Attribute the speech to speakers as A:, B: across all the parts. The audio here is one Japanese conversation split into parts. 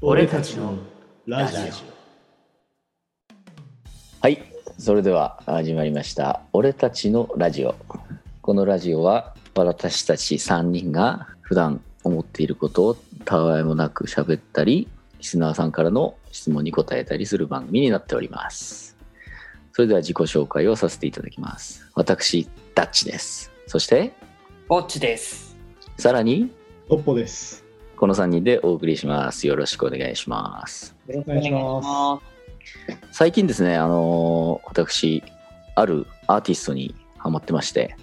A: 俺たちのラジオ
B: はい、それでは始まりました。俺たちのラジオ。このラジオは私たち3人が普段思っていることをたわいもなく喋ったり、リスナーさんからの質問に答えたりする番組になっております。それでは自己紹介をさせていただきます。私、ダッチです。そして、
C: ぼっちです。
B: さらに、
A: ポッポです
B: この3人でお送りします。よろしくお願いします。
A: よろしくお願いしま
B: 最近ですね、あのー私、あるアーティストにハマってまして、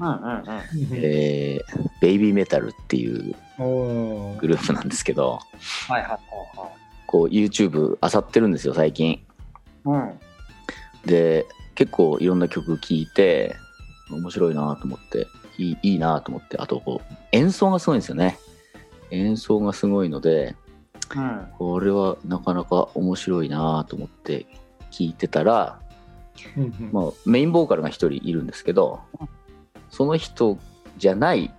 C: うんうんうん。
A: す
B: えーベイビーメタルっていう
A: おー
B: グループなんですけど、
C: はいはいはいはい。
B: こう YouTube 漁ってるんですよ、最近。
C: うん。
B: で、結構いろんな曲聴いて、面白いなと思って、いいいいなと思って、あとこう演奏がすごいんですよね。演奏がすごいので、
C: うん。
B: これはなかなか面白いなと思って聴いてたら、
A: うん
B: まあ、メインボーカルが1人いるんですけどその人じゃない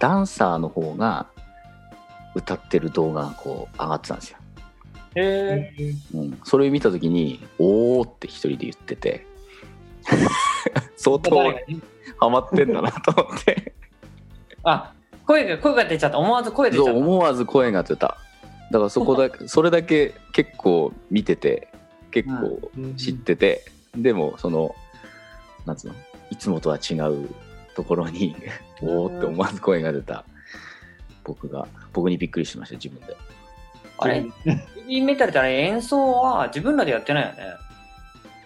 B: ダンサーの方が歌ってる動画がこう上がってたんですよ、
C: え
A: えー
B: うん、それを見た時に「おー」って一人で言って て相当
C: 誰が
B: ハマってんだなと思 って
C: あ、声が、声が出ちゃった。思わず声出ちゃっ
B: そう
C: た。
B: 思わず声が出ただからそこだけそれだけ結構見てて結構知ってて、でもそのなんつうのいつもとは違うところにおおって思わず声が出た僕が僕にびっくりしました自分で
C: あれ、ベビーメタルってあれ演奏は自分らでやってないよね。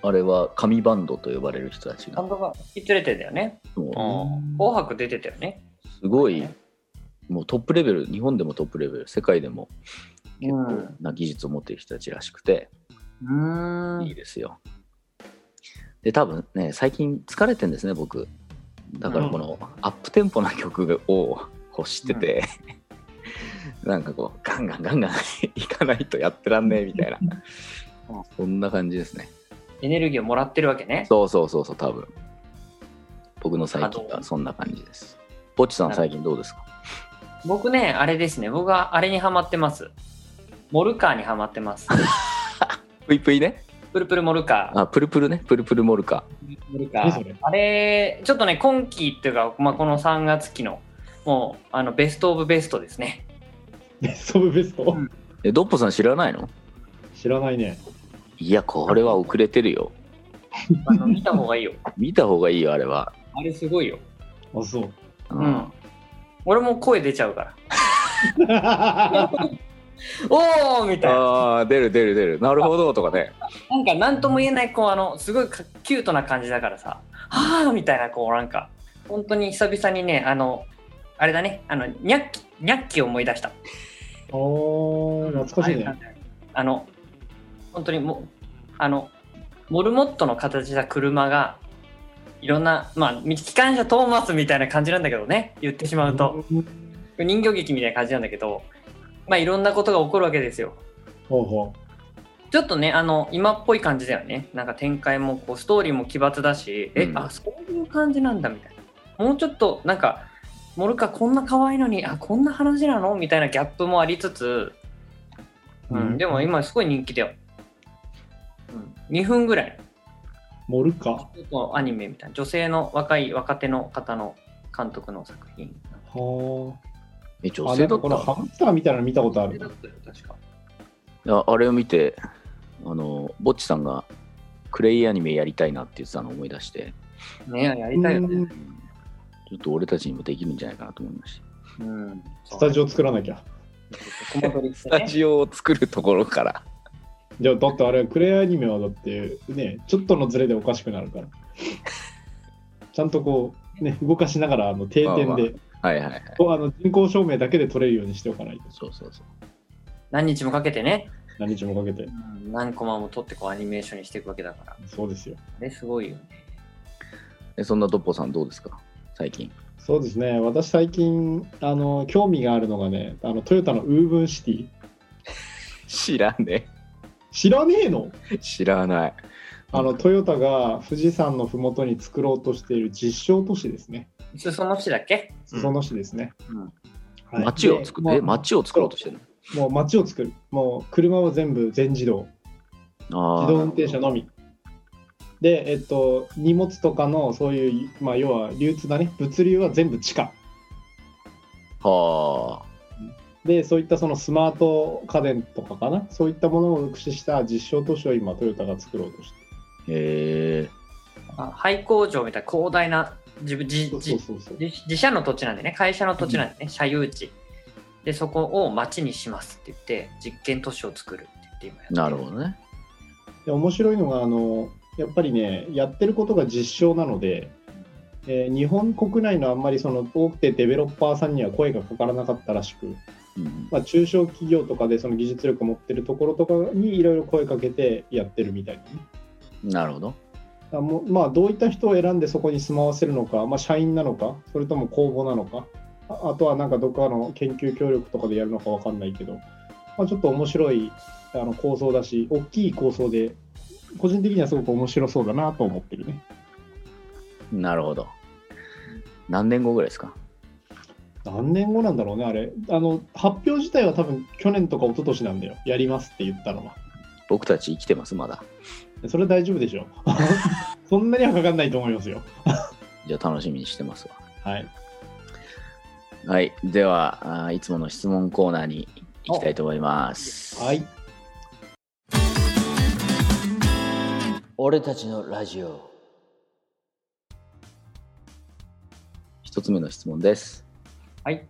B: あれは紙バンドと呼ばれる人たち
C: バ
B: が
C: ンドが引き連れてんだよね。
B: も
A: ん
C: 紅白出てたよね。
B: うすごいもうトップレベル日本でもトップレベル世界でも結構な技術を持っている人たちらしくて、
C: うー
B: いい
C: ん。
B: ですよで多分ね最近疲れてんですね僕だからこのアップテンポな曲を欲してて、 なんかこうガンガンガンガンいかないとやってらんねえみたいな、
C: うん
B: そんな感じですね
C: エネルギーをもらってるわけね。
B: そうそうそうそう多分僕の最近はそんな感じですぼっちさん最近どうですか
C: 僕ね、あれですね。僕はあれにハマってます。モルカーにハマってます。
B: ぷいぷいね
C: プルプルモルカー。
B: あプルプルねプルプルモルカ
C: モルカ
A: 何そ
C: ー
A: れ
C: あれ、ちょっとね、今期っていうか、まあ、この3月期の、もう、あの、ベストオブベストですね。
A: ベストオブベスト
C: うん
B: えドッポさん知らないの
A: 知らないね
B: いやこれは遅れてるよ
C: あの見た方がいいよ。
B: 見た方がいいよあれは、
C: あれすごいよ。
A: あそう
B: う
C: うん。俺も声出ちゃうから。 おーみたいな。
B: ああ出る出る出るなるほどとかね
C: なんか何とも言えない、こう、あの、すごいかキュートな感じだからさ、はーみたいな、こう、なんか、本当に久々にね、あの、あれだね、あの、ニャッキ、ニャッキを思い出した。
A: おー懐かしいね
C: あの、本当にもう、あの、モルモットの形した車が、いろんな、まあ、機関車トーマスみたいな感じなんだけどね、言ってしまうと。人形劇みたいな感じなんだけど、まあ、いろんなことが起こるわけですよ。
A: ほうほ
C: ちょっとね、あの、今っぽい感じだよね。なんか展開も、こう、ストーリーも奇抜だし、え
B: う、ん
C: あ、そういう感じなんだ、みたいな。もうちょっと、なんか、モルカこんな可愛いのに、あ、こんな話なのみたいなギャップもありつつ、
A: う
C: うん、でも今すごい人気だよ。うん、2分ぐらい。
A: モルカ
C: ちょっとアニメみたいな。女性の若い、若手の方の監督の作品。
A: は
B: え
A: あ
B: 女
A: あ
B: 性
A: なんか
B: だった
A: このハムスターみたいなの見たことあ
C: あれ
A: る
C: だったよ、確か。
B: ああれを見てあのぼっちさんがクレイアニメやりたいなって言ってたのを思い出して
C: ねやりたいよね。
B: ちょっと俺たちにもできるんじゃないかなと思いまし
C: うん。
A: スタジオ作らなきゃ
C: コマ撮りして
B: たス
C: ね
B: タ。ジオを作るところから
A: じゃあだってあれクレイアニメはだってねちょっとのズレでおかしくなるからちゃんとこうね動かしながらあの定点で、
B: まあまはいはいはい
A: こうあの人工証明だけで取れるようにしておかないと
B: そうそうそう
C: 何日もかけてね、
A: 何日もかけて
C: うん何コマも撮ってこうアニメーションにしていくわけだから。
A: そうですよ
C: あれすごいよね。
B: えそんなドッポさんどうですか最近
A: そうですね私最近あの興味があるのがねあのトヨタのウーブンシティ
B: 知らね
A: 知らねえの
B: え知らない
A: あのトヨタが富士山の麓に作ろうとしている実証都市ですね
C: 裾野市だっけ
A: 裾野市ですね、
C: うん
A: はい
B: 町を作
A: で
B: え町を作ろうとしてる
A: もう街を作る。もう車は全部全自動。
B: あ
A: 自動運転車のみ。で、えっと、荷物とかのそういう、まあ、要は流通だね、物流は全部地下。
B: あはあ
A: で、そういったそのスマート家電とかかな、そういったものを駆使した実証都市を今、トヨタが作ろうとして
B: へえ
C: あ廃工場みたいな広大な自分自
A: そう
C: 自
A: そうそうそう。
C: 自自社の土地なんでね会社の土地なんでね、社有地でそこを町にしますって言って実験都市を作るって言って今やって
B: なるほどね
A: で面白いのがあのやっぱりねやってることが実証なので、えー日本国内のあんまりその大手デベロッパーさんには声がかからなかったらしく、
B: うん
A: まあ、中小企業とかでその技術力持ってるところとかにいろいろ声かけてやってるみたいなね
B: なるほど
A: だからもうまあどういった人を選んでそこに住まわせるのか、まあ、社員なのかそれとも公募なのかああとはなんかどこかの研究協力とかでやるのかわかんないけど、まあ、ちょっと面白いあの構想だし大きい構想で個人的にはすごく面白そうだなと思ってるね
B: なるほど何年後ぐらいですか
A: 何年後なんだろうねあれあの発表自体は多分去年とか一昨年なんだよやりますって言ったのは
B: 僕たち生きてますまだ
A: それ大丈夫でしょ そんなにはかかんないと思いますよ
B: じゃあ楽しみにしてますわ
A: はい
B: はい、ではあーいつもの質問コーナーに行きたいと思います。
A: はい
B: 俺たちのラジオ。一つ目の質問です。
C: はい。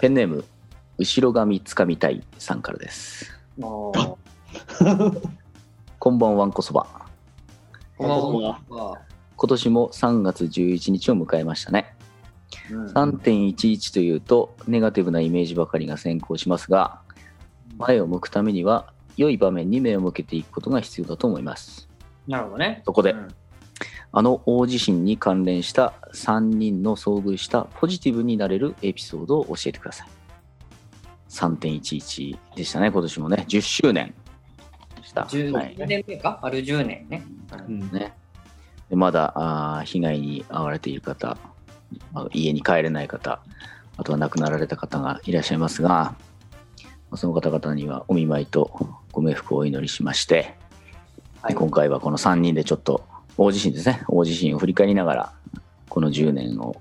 B: ペンネーム後ろ髪つかみたいさんからです。
C: もう
B: こんばんわんこそば。
C: こんばん は
B: 今年も3月11日を迎えましたね。
C: うん
B: 3.11というとネガティブなイメージばかりが先行しますが前を向くためには良い場面に目を向けていくことが必要だと思います
C: なるほどね
B: そこで
C: うん
B: あの大地震に関連した3人の遭遇したポジティブになれるエピソードを教えてください3.11でしたね今年もね10周年でした、
C: 10
B: はい
C: 年目か、ある10年ね、う
A: うんん
B: ね、でまだあー被害に遭われている方まあ家に帰れない方あとは亡くなられた方がいらっしゃいますがまあその方々にはお見舞いとご冥福をお祈りしまして、
C: はい
B: 今回はこの3人でちょっと大地震ですね大地震を振り返りながらこの10年を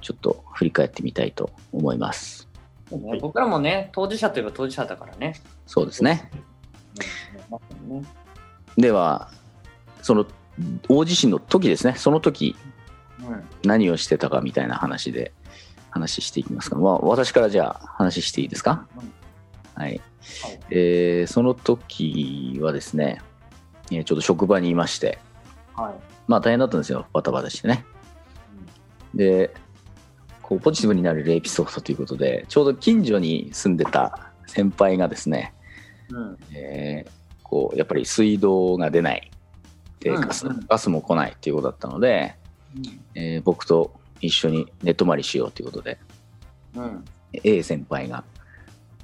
B: ちょっと振り返ってみたいと思います
C: そうね僕らもね当事者といえば当事者だからね
B: そうですね
C: うんね
B: ではその大地震の時ですねその時
C: うん
B: 何をしてたかみたいな話で話していきますか、まあ、私からじゃあ話していいですか、
C: うん
B: はいえーその時はですねえーちょっと職場にいまして
C: はい
B: まあ大変だったんですよバタバタしてねでこうポジティブになれるエピソードということでちょうど近所に住んでた先輩がですね、
C: うん
B: えーこうやっぱり水道が出ないで
C: うん
B: ガス,、
C: うん
B: ガスも来ないっていうことだったので、えー僕と一緒に寝泊まりしようということで
C: うん
B: A 先輩が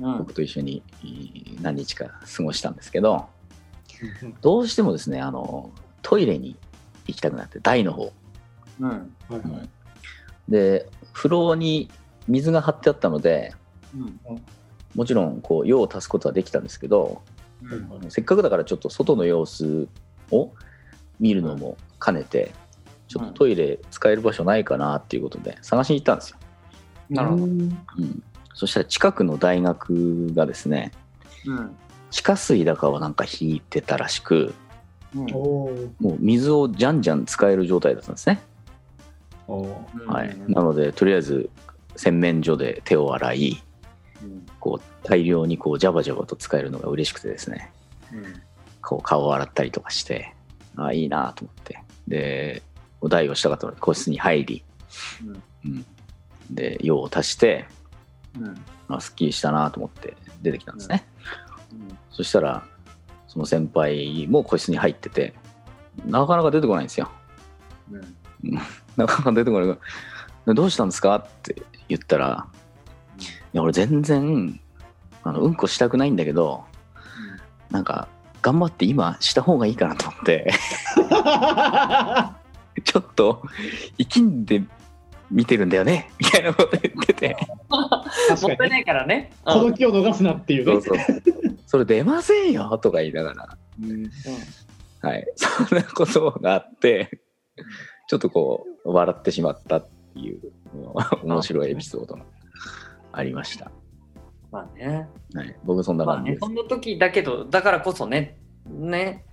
C: うんうん
B: 僕と一緒にえー何日か過ごしたんですけどどうしてもですねあのトイレに行きたくなって台の方
C: うん
A: はいはい
B: で風呂に水が張ってあったので
C: うん
B: もちろんこう用を足すことはできたんですけど
C: うん
B: せっかくだからちょっと外の様子を見るのも兼ねてちょっとトイレ使える場所ないかなっていうことで探しに行ったんですよ、
C: なるほど
A: うん
B: うん、そしたら近くの大学がですね
C: うん
B: 地下水だかはなんか引いてたらしく
C: うん
A: おー
B: もう水をじゃんじゃん使える状態だったんですね、
A: お ー
B: はい、
C: うん
B: なのでとりあえず洗面所で手を洗い
C: うん
B: こう大量にこうジャバジャバと使えるのが嬉しくてですね
C: うん
B: こう顔を洗ったりとかしてああいいなと思ってでお代をしたかったので個室に入り、うん、で用を足して、
C: うん
B: まあ、すっきりしたなと思って出てきたんですね、
C: うん
B: そしたらその先輩も個室に入っててなかなか出てこないんですよ
C: うん
B: なかなか出てこないからどうしたんですかって言ったら、
C: うん
B: いや俺全然あのうんこしたくないんだけど、なんか頑張って今した方がいいかなと 思ってちょっと生きんで見てるんだよねみたいなこと言ってて
C: もっ
A: 確
C: た
A: か
C: い
A: に、ね、
C: ないからね。うん
A: この気を逃すなっていうね。
B: そうそうそれ出ませんよとか言いながら
A: うん
B: はいそんなことがあってちょっとこう笑ってしまったっていうもう面白いエピソードがありました、
C: まあね。
B: はい、僕そんな
C: まあ
B: 感じ
C: ね
B: で、す、
C: そんな時だけど、だからこそね、ね、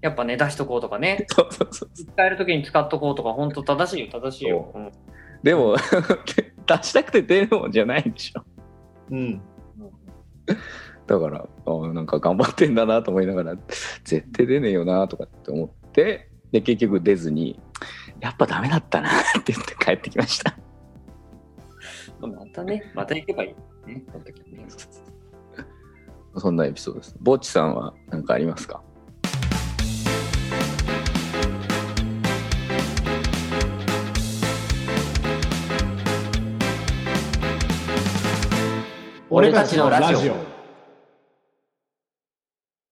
C: やっぱね、出しとこうとかね、
B: そうそうそう
C: 使える時に使っとこうとか、本当正しいよ、正しいよ。うん
B: でも 出したくて出るもんじゃないでしょ
A: うん、
B: だからあなんか頑張ってんだなと思いながら絶対出ねえよなとかって思ってで結局出ずにやっぱダメだったなって言って帰ってきました
C: またね、また行けばいい。ね、その時はね
B: そんなエピソードですぼっちさんは何かありますか
C: 俺たちのラジオ。